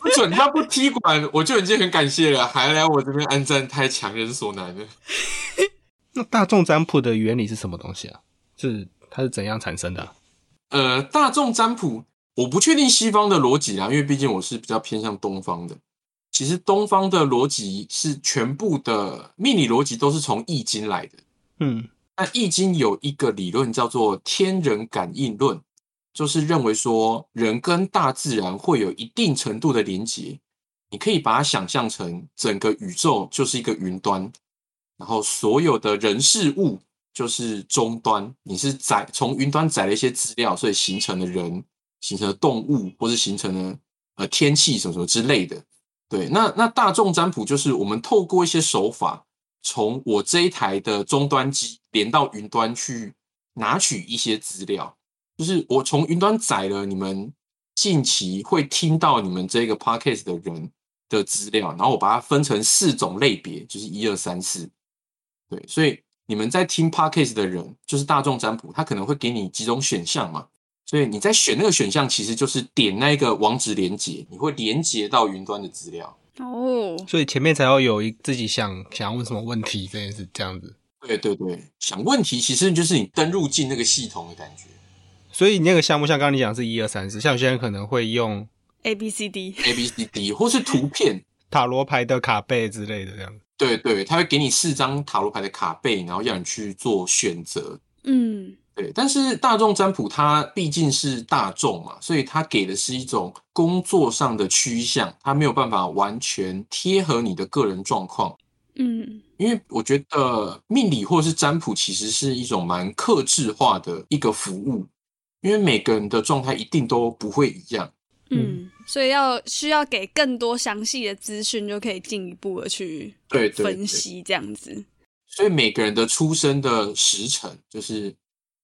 D: 不准他不踢馆，我就已经很感谢了，还来我这边暗赞，太强人所难了。
A: 那大众占卜的原理是什么东西啊？是它是怎样产生的啊、
D: 呃，大众占卜，我不确定西方的逻辑啦，因为毕竟我是比较偏向东方的。其实东方的逻辑是全部的命理逻辑都是从易经来的。
A: 嗯，
D: 那易经有一个理论叫做天人感应论，就是认为说人跟大自然会有一定程度的连结，你可以把它想象成整个宇宙就是一个云端，然后所有的人事物就是终端，你是载从云端载了一些资料，所以形成了人、形成了动物，或是形成了呃天气什么什么之类的。对，那那大众占卜就是我们透过一些手法，从我这一台的终端机连到云端去拿取一些资料，就是我从云端载了你们近期会听到你们这个 podcast 的人的资料，然后我把它分成四种类别，就是一二三四。对，所以你们在听 podcast 的人，就是大众占卜，他可能会给你几种选项嘛，所以你在选那个选项，其实就是点那个网址连接，你会连接到云端的资料。
B: 哦，
A: 所以前面才要有一自己想想要问什么问题这件事，这样子。
D: 对对对，想问题其实就是你登入进那个系统的感觉。
A: 所以你那个项目像刚刚你讲是一二三四，像有些人可能会用
B: A B C D，
D: A B C D，或是图片。
A: 塔罗牌的卡背之类的这样子。
D: 对对，他会给你四张塔罗牌的卡背，然后让你去做选择。
B: 嗯，
D: 对，但是大众占卜它毕竟是大众嘛，所以它给的是一种工作上的趋向，它没有办法完全贴合你的个人状况。
B: 嗯，
D: 因为我觉得命理或者是占卜其实是一种蛮克制化的一个服务，因为每个人的状态一定都不会一样。
B: 嗯，所以要需要给更多详细的资讯，就可以进一步的去
D: 对对对
B: 分析这样子。
D: 所以每个人的出生的时辰就是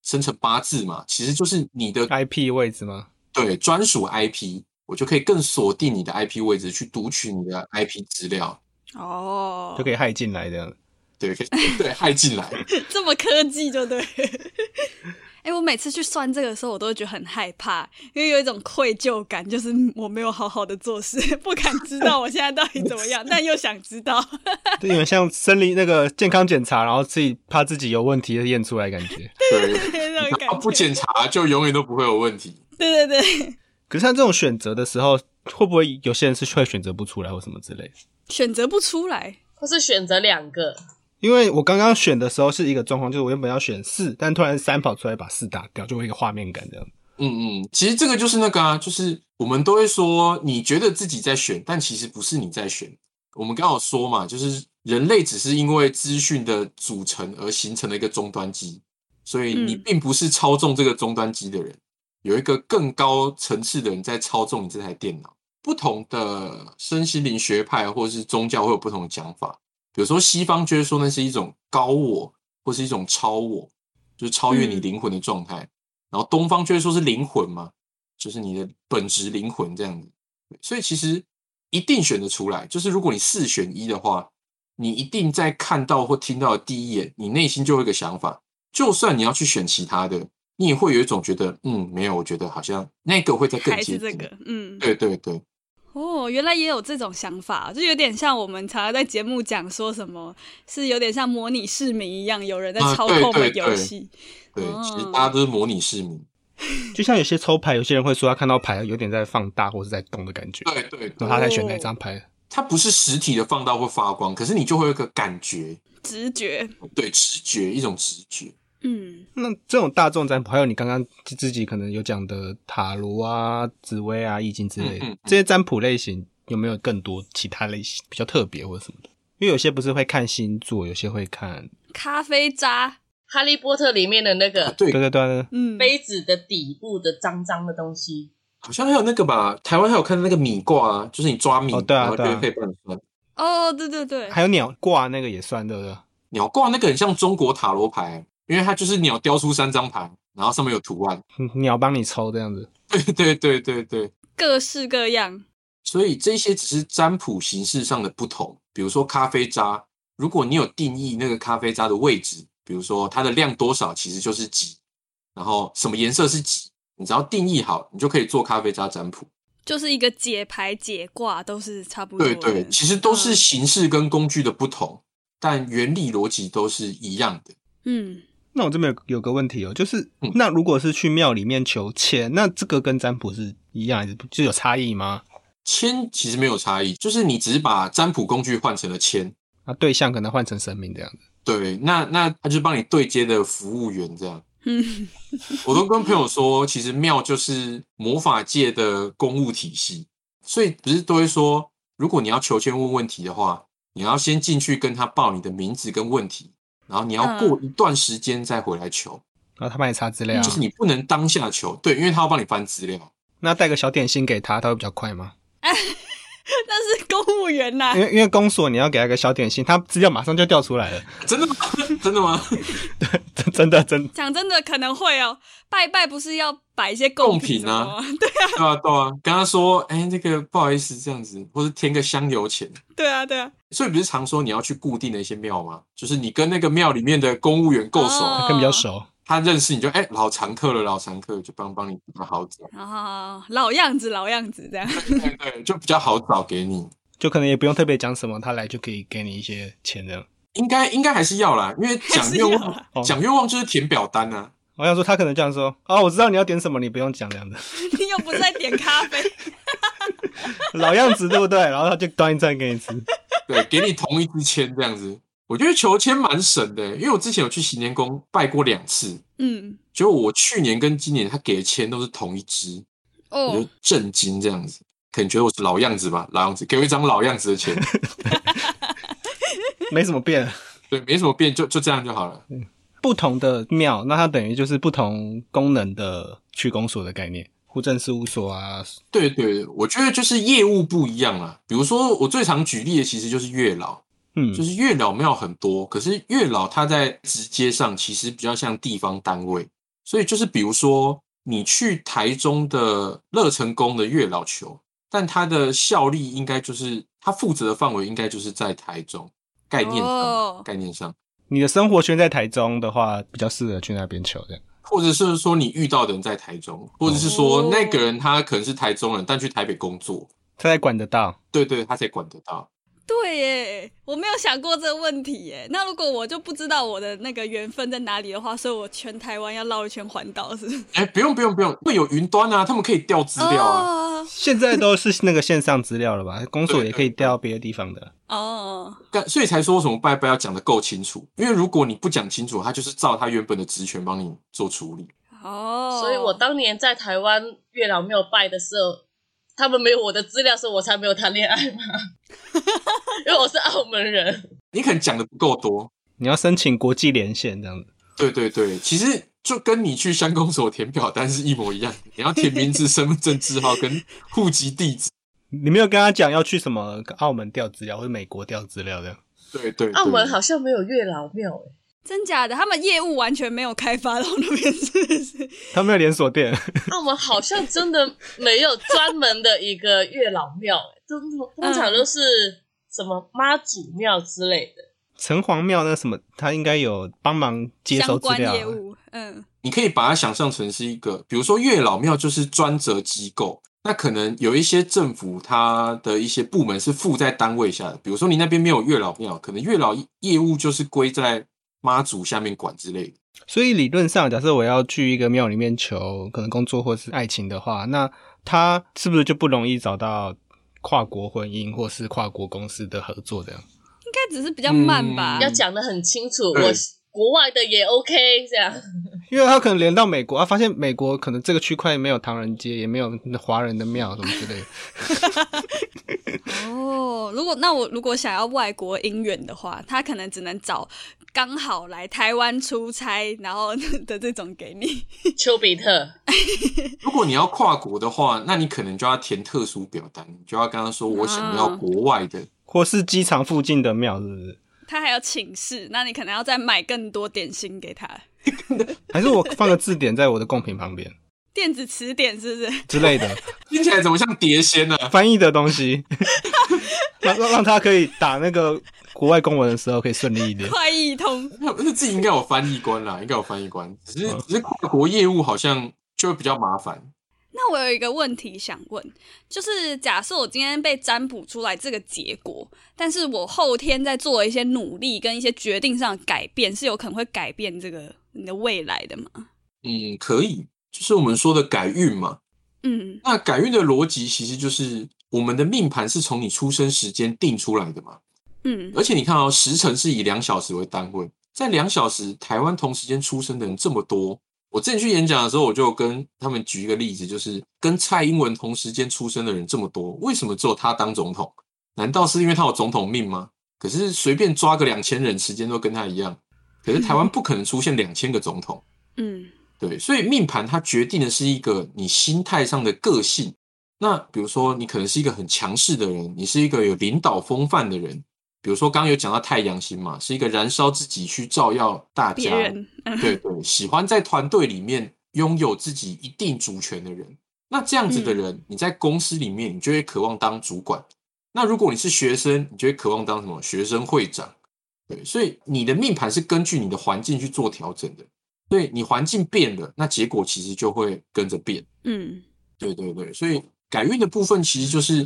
D: 生辰八字嘛，其实就是你的
B: 哎
A: IP 位置吗？
D: 对专属 IP，我就可以更锁定你的 IP 位置，去读取你的 IP 资料，
B: 哦，
A: 就可以害进来这样。
D: 对，可以 对害进来。
B: 这么科技就对。 哎、我每次去算这个的时候，我都会觉得很害怕，因为有一种愧疚感，就是我没有好好的做事， 不敢知道我现在到底怎么样，但又想知道。
A: 对，有点像生理那个健康检查，然后自己怕自己有问题验出来的感觉。
D: 对，
B: 那种感
D: 他
B: 觉。
D: 不检查就永远都不会有问题。
B: 对对对，
A: 可是像这种选择的时候，会不会有些人是会选择不出来或什么之类的？
B: 选择不出来。
C: 或是选择两个，
A: 因为我刚刚选的时候是一个状况，就是我原本要选四，但突然三跑出来把四打掉，就会有一个画面感这样。
D: 嗯嗯，其实这个就是那个啊，就是我们都会说，你觉得自己在选，但其实不是你在选。我们刚好说嘛，就是人类只是因为资讯的组成而形成的一个终端机，所以你
B: 嗯
D: 并不是操纵这个终端机的人，有一个更高层次的人在操纵你这台电脑。不同的身心灵学派或是宗教会有不同的讲法，比如说西方就会说那是一种高我或是一种超我，就是超越你
B: 嗯
D: 灵魂的状态。然后东方就会说是灵魂嘛，就是你的本质灵魂这样子。所以其实一定选得出来，就是如果你四选一的话，你一定在看到或听到的第一眼，你内心就会有一个想法，就算你要去选其他的，你也会有一种觉得，嗯，没有，我觉得好像那个会再更
B: 还是
D: 接近。
B: 这个，嗯，
D: 对对对，
B: 哦，原来也有这种想法，就有点像我们常常在节目讲说什么，是有点像模拟市民一样，有人在
D: 啊
B: 操
D: 对
B: 控的
D: 对对
B: 游戏。
D: 对，
B: 哦
D: 其实大家都是模拟市民。
A: 就像有些抽牌，有些人会说他看到牌有点在放大或是在动的感觉，
D: 对对对，
A: 然后他才选那张牌。
D: 它不是实体的放大或发光，可是你就会有一个感觉，
B: 直觉，
D: 对，直觉一种直觉。
B: 嗯
A: 那这种大众占卜，还有你刚刚自己可能有讲的塔罗啊、紫薇啊、易经之类的，
D: 嗯嗯嗯
A: 这些占卜类型有没有更多其他类型比较特别或者什么的？因为有些不是会看星座，有些会看，
B: 咖啡渣，
C: 《哈利波特》里面的那
D: 啊
C: 个
D: 对
A: 对对对，
B: 嗯，
C: 杯子的底部的脏脏的东西，
D: 好像还有那个吧，台湾还有看到那个米卦啊，就是你抓米，
A: 哦对啊
D: 然后就
A: 对
D: 会
A: 啊
D: 配半算。
B: 哦，对对对，
A: 还有鸟挂那个也算，对不对？
D: 鸟卦那个很像中国塔罗牌，因为它就是鸟雕出三张牌，然后上面有图案。
A: 嗯鸟帮你抽这样子，
D: 对对对对对，
B: 各式各样，
D: 所以这些只是占卜形式上的不同。比如说咖啡渣，如果你有定义那个咖啡渣的位置，比如说它的量多少其实就是几，然后什么颜色是几，你只要定义好，你就可以做咖啡渣占卜。
B: 就是一个解牌解卦都是差不多
D: 对
B: 的。
D: 对，其实都是
B: 哦嗯
D: 形式跟工具的不同，但原理逻辑都是一样的。
B: 嗯，
A: 那我这边有有个问题哦，就是、
D: 嗯
A: 那如果是去庙里面求签，那这个跟占卜是一样还是不就有差异吗？
D: 签其实没有差异，就是你只是把占卜工具换成了签。
A: 啊，对象可能换成神明这样子，
D: 对，那那他就帮你对接的服务员这样。
B: 嗯，
D: 我都跟朋友说，其实庙就是魔法界的公务体系，所以不是都会说如果你要求签问问题的话，你要先进去跟他报你的名字跟问题，然后你要过一段时间再回来求，
A: 然后他帮你查资料
D: 就，是你不能当下求，对，因为他要帮你翻资料。
A: 那带个小点心给他，他会比较快吗？
B: 那是公务员呐、
D: 嗯
A: 因为因为公所你要给他一个小点心，他资料马上就调出来了，
D: 真的吗？ 真的吗？
A: 真真的真的
B: 讲真的，可能会哦。拜拜不是要摆一些
D: 贡
B: 品
D: 品
B: 什么
D: 啊
B: 吗？
D: 对啊，对啊，跟他说，哎、那个不好意思，这样子，或是添个香油钱。
B: 对啊，对啊。
D: 所以不是常说你要去固定的一些庙吗？就是你跟那个庙里面的公务员够熟，
B: 哦
A: 跟比较熟。
D: 他认识你就哎、老常客了，老常客就帮帮你比较好 找，
B: 然后老样子，老样子这样。
D: 对对对，就比较好找给你。
A: 就可能也不用特别讲什么，他来就可以给你一些钱的。
D: 应该应该还是要啦，因为讲愿
B: 还是哦
D: 望
A: 要啊
D: 讲愿望就是填表单啊，
A: 我想说，他可能这样说：“哦，我知道你要点什么，你不用讲这样的，
B: 你又不是在点咖 啡，
A: 老样子，对不对？”然后他就端一餐给你吃。
D: 对，给你同一支签这样子。我觉得求签蛮神的，欸因为我之前有去行天宫拜过两次，
B: 嗯，
D: 结果我去年跟今年他给的签都是同一支，我
B: 哦
D: 就，震惊这样子，可能觉得我是老样子吧，老样子，给我一张老样子的钱，
A: 没什么变。
D: 对，没什么变，就就这样就好了。
A: 不同的庙，那它等于就是不同功能的区公所的概念，户政事务所啊，
D: 对对，我觉得就是业务不一样啦。比如说，我最常举例的其实就是月老，
A: 嗯，
D: 就是月老庙很多，可是月老它在直接上其实比较像地方单位，所以就是比如说你去台中的乐成宫的月老球，但它的效力应该就是它负责的范围应该就是在台中，概念上、
B: 哦
D: 概念上，
A: 你的生活圈在台中的话，比较适合去那边求的。
D: 或者是说你遇到的人在台中，或者是说
B: 哦
D: 那个人他可能是台中人，但去台北工作，
A: 他才管得到。
D: 对对，他才管得到。
B: 对耶，我没有想过这个问题耶。那如果我就不知道我的那个缘分在哪里的话，所以我全台湾要绕一圈环岛，是不是？
D: 哎，不用不用不用，会有云端啊，他们可以调资料啊。
B: 哦
A: 现在都是那个线上资料了吧？公所也可以调别的地方的。
B: 哦，
D: 干、所以才说为什么拜拜要讲的够清楚，因为如果你不讲清楚，他就是照他原本的职权帮你做处理。
B: 哦，
C: 所以我当年在台湾月老没有拜的时候，他们没有我的资料，所以我才没有谈恋爱嘛。 因为我是澳门人，
D: 你可能讲的不够多，
A: 你要申请国际连线这样子，
D: 对对对，其实就跟你去乡公所填表单是一模一样的，你要填名字、身份证字号跟户籍地址。
A: 你没有跟他讲要去什么澳门调资料或者美国调资料的，
D: 对对对，
C: 澳门好像没有月老庙欸诶、
B: 真假的，他们业务完全没有开发到那边，是不是？
A: 他没有连锁店，
C: 澳门好像真的没有专门的一个月老庙诶、通通常都是什么妈祖庙之类的。
A: 城隍庙那什么，他应该有帮忙接收
B: 相
A: 资
B: 关
A: 料啊。
B: 业务，嗯，
D: 你可以把它想象成是一个，比如说月老庙就是专责机构，那可能有一些政府它的一些部门是附在单位下的，比如说你那边没有月老庙，可能月老业务就是归在妈祖下面管之类的。
A: 所以理论上，假设我要去一个庙里面求可能工作或是爱情的话，那他是不是就不容易找到跨国婚姻或是跨国公司的合作这样？
B: 应该只是比较慢吧
D: 嗯。
C: 要讲的很清楚，
D: 对
C: 我国外的也 OK 这样。
A: 因为他可能连到美国，啊，发现美国可能这个区块没有唐人街，也没有华人的庙什么之类的。
B: 哦，如果那我如果想要外国姻缘的话，他可能只能找刚好来台湾出差，然后的这种给 你。
C: 丘比特，
D: 如果你要跨国的话，那你可能就要填特殊表单，你就要跟他说我想要国外的。
A: 或是机场附近的庙，是不是？
B: 他还要请示，那你可能要再买更多点心给他，
A: 还是我放个字典在我的贡品旁边
B: 电子词典是不 是？
A: 之类 的
D: 听起来怎么像碟仙呢、啊？
A: 翻译的东西，让让让他可以打那个国外公文的时候可以顺利一点。
B: 快易通，
D: 那那自己应该有翻译官啦，应该有翻译官，只是只是跨国业务好像就会比较麻烦。
B: 那我有一个问题想问，就是假设我今天被占卜出来这个结果，但是我后天在做一些努力跟一些决定上的改变，是有可能会改变这个你的未来的吗？
D: 嗯，可以，就是我们说的改运嘛。
B: 嗯，
D: 那改运的逻辑其实就是我们的命盘是从你出生时间定出来的嘛，
B: 嗯，
D: 而且你看哦，时辰是以两小时为单位，在两小时，台湾同时间出生的人这么多。我之前去演讲的时候，我就跟他们举一个例子，就是跟蔡英文同时间出生的人这么多，为什么只有他当总统？难道是因为他有总统命吗？可是随便抓个两千人，时间都跟他一样。可是台湾不可能出现两千个总统，
B: 嗯
D: 对，所以命盘它决定的是一个你心态上的个性。那比如说，你可能是一个很强势的人，你是一个有领导风范的人。比如说，刚刚有讲到太阳星嘛，是一个燃烧自己去照耀大
B: 别
D: 家，
B: 人，嗯
D: 对对，喜欢在团队里面拥有自己一定主权的人。那这样子的人，你在公司里面，你就会渴望当主管。那如果你是学生，你就会渴望当什么学生会长。对，所以你的命盘是根据你的环境去做调整的。所以你环境变了，那结果其实就会跟着变。
B: 嗯
D: 对对对，所以改运的部分其实就是，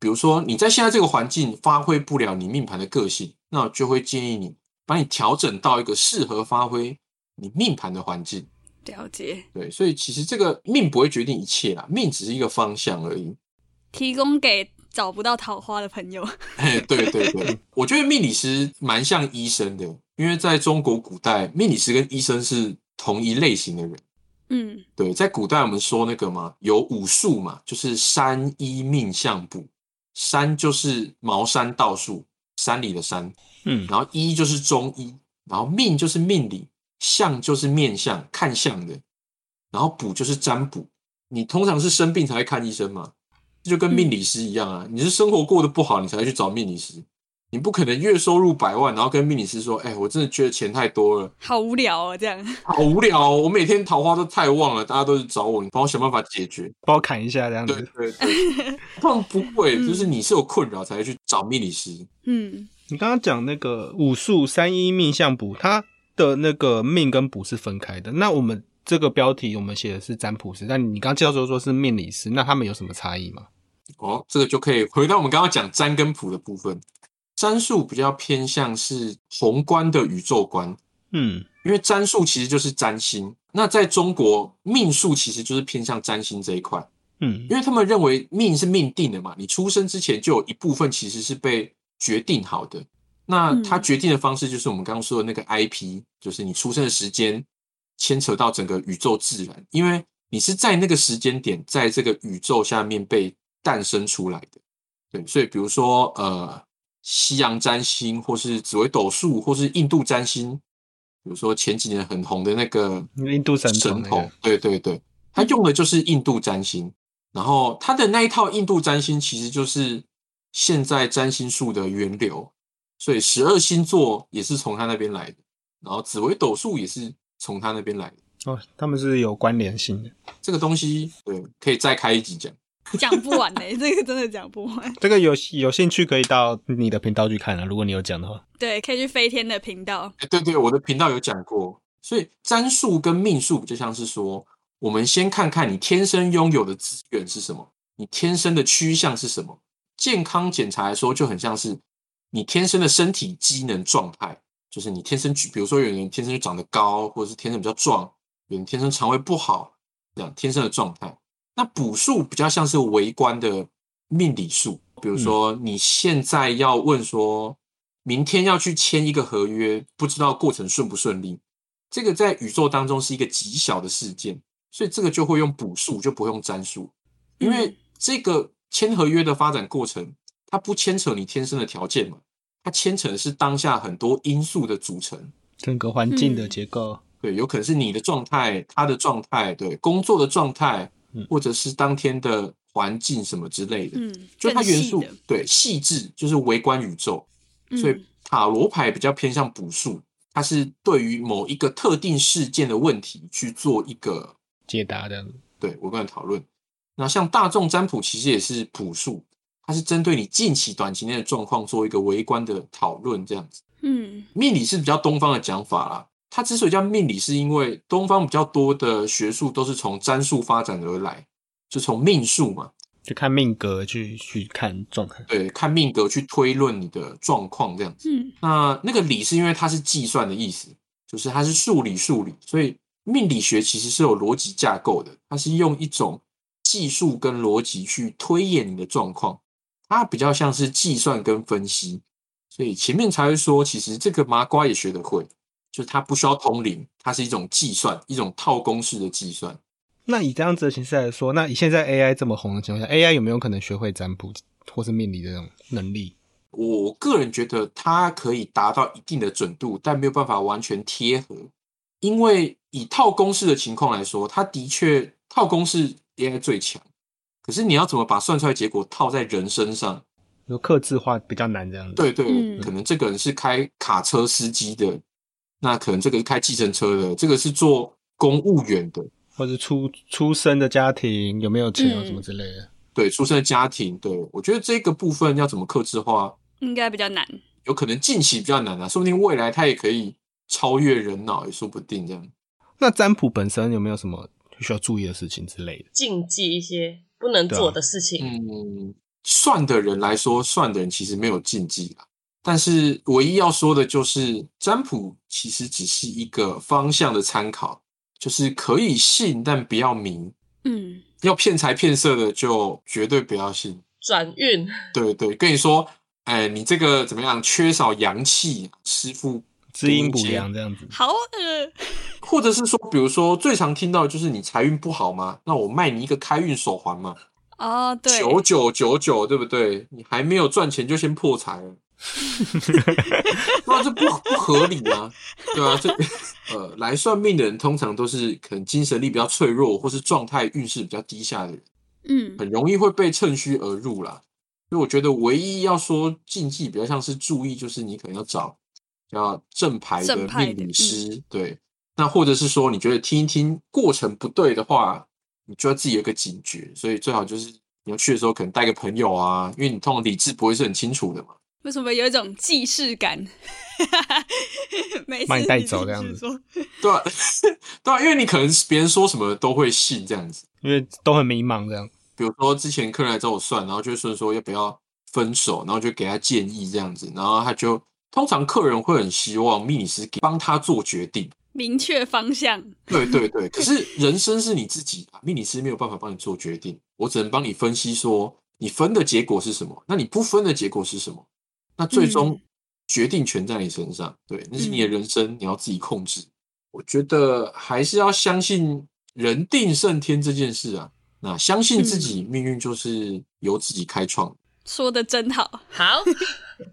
D: 比如说你在现在这个环境发挥不了你命盘的个性，那我就会建议你把你调整到一个适合发挥你命盘的环境。
B: 了解，
D: 对，所以其实这个命不会决定一切啦，命只是一个方向而已。
B: 提供给找不到桃花的朋友。
D: 嘿，对对对，我觉得命理师蛮像医生的，因为在中国古代，命理师跟医生是同一类型的人。
B: 嗯
D: 对，在古代我们说那个嘛，有五术嘛，就是山医命相卜。山就是茅山道术，山里的山，
A: 嗯
D: 然后医就是中医，然后命就是命理，相就是面相，看相的，然后卜就是占卜。你通常是生病才会看医生嘛，这就跟命理师一样啊。你是生活过得不好，你才会去找命理师。你不可能月收入百万，然后跟命理师说：“哎，我真的觉得钱太多了，
B: 好无聊哦，这样。
D: 好无聊、哦，我每天桃花都太旺了，大家都是找我，你帮我想办法解决。
A: 帮我砍一下这样
D: 对
A: 子。
D: 对对，碰不会，
B: 嗯
D: 就是你是有困扰才会去找命理师。
B: 嗯，
A: 你刚刚讲那个武术三一命相卜，它的那个命跟卜是分开的。那我们这个标题我们写的是占卜师，但你刚刚介绍说说是命理师，那他们有什么差异吗？
D: 哦，这个就可以回到我们刚刚讲占跟卜的部分。占术比较偏向是宏观的宇宙观，
A: 嗯
D: 因为占术其实就是占星。那在中国，命数其实就是偏向占星这一块，
A: 嗯
D: 因为他们认为命是命定的嘛，你出生之前就有一部分其实是被决定好的。那它
B: 嗯
D: 决定的方式就是我们刚刚说的那个 IP，就是你出生的时间牵扯到整个宇宙自然，因为你是在那个时间点，在这个宇宙下面被诞生出来的。对，所以比如说呃，西洋占星，或是紫微斗数，或是印度占星，比如说前几年很红的那个
A: 印度神童那个
D: 对对对，他用的就是印度占星，然后他的那一套印度占星其实就是现在占星术的源流，所以十二星座也是从他那边来的，然后紫微斗数也是从他那边来的。
A: 哦，他们是有关联性的。
D: 这个东西，对，可以再开一集讲。
B: 讲不完呢、 这个真的讲不完。
A: 这个有有兴趣可以到你的频道去看啊，如果你有讲的话。
B: 对，可以去飞天的频道。
D: 哎，对对，我的频道有讲过，所以占数跟命数就像是说，我们先看看你天生拥有的资源是什么，你天生的趋向是什么。健康检查来说，就很像是你天生的身体机能状态，就是你天生，比如说有人天生就长得高，或者是天生比较壮，有人天生肠胃不好，这样天生的状态。那补数比较像是微观的命理术，比如说你现在要问说，明天要去签一个合约，不知道过程顺不顺利，这个在宇宙当中是一个极小的事件，所以这个就会用补数，就不会用占数，因为
B: 嗯
D: 这个签合约的发展过程，它不牵扯你天生的条件嘛，它牵扯的是当下很多因素的组成。
A: 整个环境的结构，
D: 对，有可能是你的状态、他的状态、对工作的状态
A: 嗯，
D: 或者是当天的环境什么之类的，
B: 嗯，
D: 就它
B: 更
D: 元
B: 细
D: 素
B: 的。
D: 对细致，就是微观宇宙。所以
B: 嗯
D: 塔罗牌比较偏向补数，它是对于某一个特定事件的问题去做一个
A: 解答的。
D: 对我跟你讨论。那像大众占卜其实也是朴素，它是针对你近期短期内的状况做一个微观的讨论，这样子。
B: 嗯
D: 命理是比较东方的讲法啦。它之所以叫命理，是因为东方比较多的学术都是从占术发展而来，就从命数嘛，
A: 就看命格去去看状态。
D: 对，看命格去推论你的状况这样子。
B: 嗯
D: 那那个理是因为它是计算的意思，就是它是数理数理，所以命理学其实是有逻辑架构的，它是用一种技术跟逻辑去推演你的状况，它比较像是计算跟分析，所以前面才会说，其实这个麻瓜也学得会，就是它不需要通灵，它是一种计算，一种套公式的计算。
A: 那以这样子的形式来说，那以现在 AI 这么红的情况下，AI 有没有可能学会占卜，或是命理的那种能力。
D: 我个人觉得它可以达到一定的准度，但没有办法完全贴合，因为以套公式的情况来说，它的确套公式 AI 最强，可是你要怎么把算出来结果套在人身上？
A: 就克制化比较难这样子。
D: 对对，
B: 嗯
D: 可能这个人是开卡车司机的，那可能这个是开计程车的，这个是做公务员的，
A: 或者出出生的家庭有没有钱啊
B: 嗯
A: 什么之类的，
D: 对，出生的家庭，对我觉得这个部分要怎么克制化，
B: 应该比较难。
D: 有可能近期比较难啊，说不定未来它也可以超越人脑，也说不定这样。
A: 那占卜本身有没有什么需要注意的事情之类的？
C: 禁忌一些不能
A: 对啊
C: 做的事情。
D: 嗯，算的人来说，算的人其实没有禁忌啦。但是唯一要说的就是，占卜其实只是一个方向的参考，就是可以信，但不要迷。
B: 嗯，
D: 要骗财骗色的就绝对不要信。
C: 转运
D: 对对，跟你说，哎，你这个怎么样？缺少阳气，师傅
A: 知阴补阳这样子，
B: 好呃，
D: 或者是说，比如说最常听到的就是你财运不好嘛，那我卖你一个开运手环嘛，
B: 哦，对，
D: 九九九九，对不对？你还没有赚钱就先破财了，那这不不合理啊，对啊，这呃，来算命的人通常都是可能精神力比较脆弱，或是状态运势比较低下的人，
B: 嗯
D: 很容易会被趁虚而入啦。所以我觉得唯一要说禁忌，比较像是注意，就是你可能要找要正牌的
B: 正派的
D: 命理
B: 嗯
D: 师，对。那或者是说，你觉得听一听过程不对的话，你就要自己有一个警觉，所以最好就是你要去的时候可能带个朋友啊，因为你通常理智不会是很清楚的嘛。
B: 为什么有一种既视感？ 没事，
A: 把你带走这样
B: 自己
A: 子
B: 说。
D: 对啊， 对啊，因为你可能别人说什么都会信这样子。
A: 因为都很迷茫这样。
D: 比如说之前客人来找我算，然后就会顺说要不要分手，然后就给他建议这样子，然后他就通常客人会很希望命理师给帮他做决定。
B: 明确方向，
D: 对对对，可是人生是你自己的，命理师没有办法帮你做决定，我只能帮你分析说你分的结果是什么，那你不分的结果是什么，那最终
B: 嗯
D: 决定权在你身上，对，那是你的人生，你要自己控制。我觉得还是要相信人定胜天这件事啊，那相信自己，命运就是由自己开创。
B: 说的真好。
C: 好，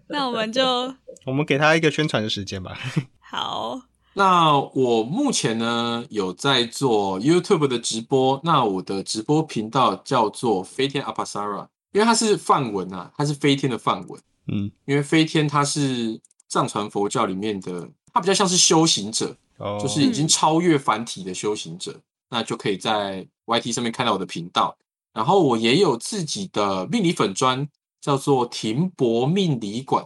B: 那我们就
A: 我们给他一个宣传的时间吧。
B: 好，
D: 那我目前呢有在做 YouTube 的直播，那我的直播频道叫做飞天 Apasara，因为它是梵文啊，它是飞天的梵文，
A: 嗯，
D: 因为飞天它是藏传佛教里面的，它比较像是修行者，
A: 哦，
D: 就是已经超越繁体的修行者，那就可以在 YT 上面看到我的频道。然后我也有自己的命理粉砖，叫做庭博命理馆，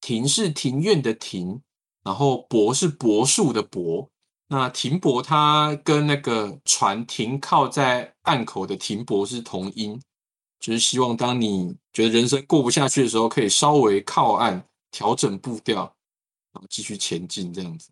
D: 庭是庭院的庭，然后博是柏树的柏。那庭博它跟那个船停靠在岸口的停泊是同音，就是希望当你觉得人生过不下去的时候，可以稍微靠岸，调整步调，然后继续前进这样子。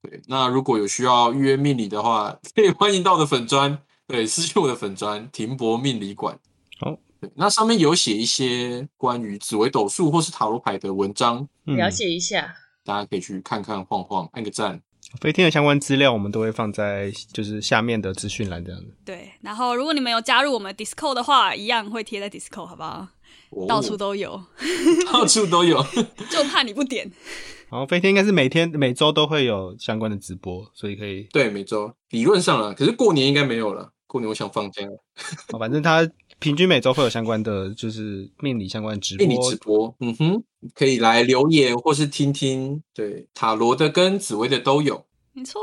D: 对，那如果有需要预约命理的话，可以欢迎到我的粉砖，对，私信我的粉砖停泊命理馆。
A: 好
D: 对，那上面有写一些关于紫微斗数或是塔罗牌的文章，
A: 嗯
C: 了解一下。
D: 大家可以去看看晃晃，按个赞。
A: 飞天的相关资料，我们都会放在就是下面的资讯栏这样子。
B: 对。然后，如果你们有加入我们 Discord 的话，一样会贴在 Discord，好不好？
D: 哦
B: 到处都有，
D: 到处都有，
B: 就怕你不点。
A: 然后飞天应该是每天每周都会有相关的直播，所以可以，
D: 对，每周理论上了，可是过年应该没有了。过年我想放假，
A: 哦反正他平均每周会有相关的就是命理相关的直播。
D: 命理直播，嗯哼，可以来留言或是听听，对，塔罗的跟紫薇的都有。
B: 没错，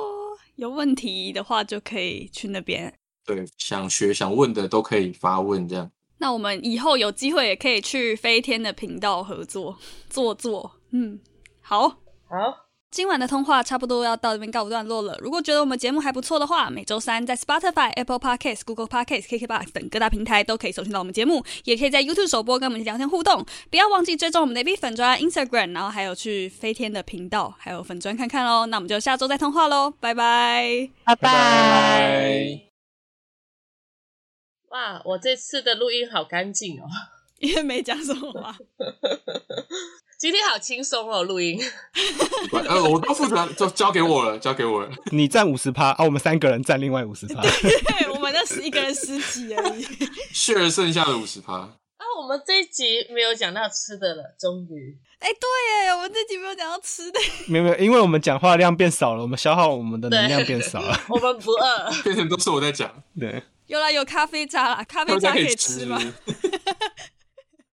B: 有问题的话就可以去那边。
D: 对，想学想问的都可以发问，这样
B: 那我们以后有机会也可以去飞天的频道合作做做。嗯，好。
C: 好，
B: 今晚的通话差不多要到这边告一段落了。如果觉得我们节目还不错的话，每周三在 Spotify、Apple Podcasts、Google Podcasts、KKBox 等各大平台都可以收听到我们节目，也可以在 YouTube 首播跟我们聊天互动。不要忘记追踪我们的 B 粉专、Instagram，然后还有去飞天的频道，还有粉专看看喽。那我们就下周再通话喽，拜拜。
E: 拜拜。
D: 拜。
C: 哇，我这次的录音好干净哦，
B: 因为没讲什么啊 话，
C: 今天好轻松哦，录音。
D: 奇怪呃，我都负责，就交给我了，交给我了。
A: 你占五十趴啊，我们三个人占另外五十趴。
B: 哎对我们那是一个人十集而已。
D: share 剩下的五十趴，
C: 啊，我们这一集没有讲到吃的了，终于。
B: 哎、对耶，我们这集没有讲到吃的，
A: 没有没有，因为我们讲话量变少了，我们消耗我们的能量变少了。
C: 我们不饿，
D: 变成都是我在讲，
A: 对，
B: 有啦，有咖啡渣啦，咖啡
D: 大家
B: 渣
D: 可
B: 以
D: 吃
B: 吗？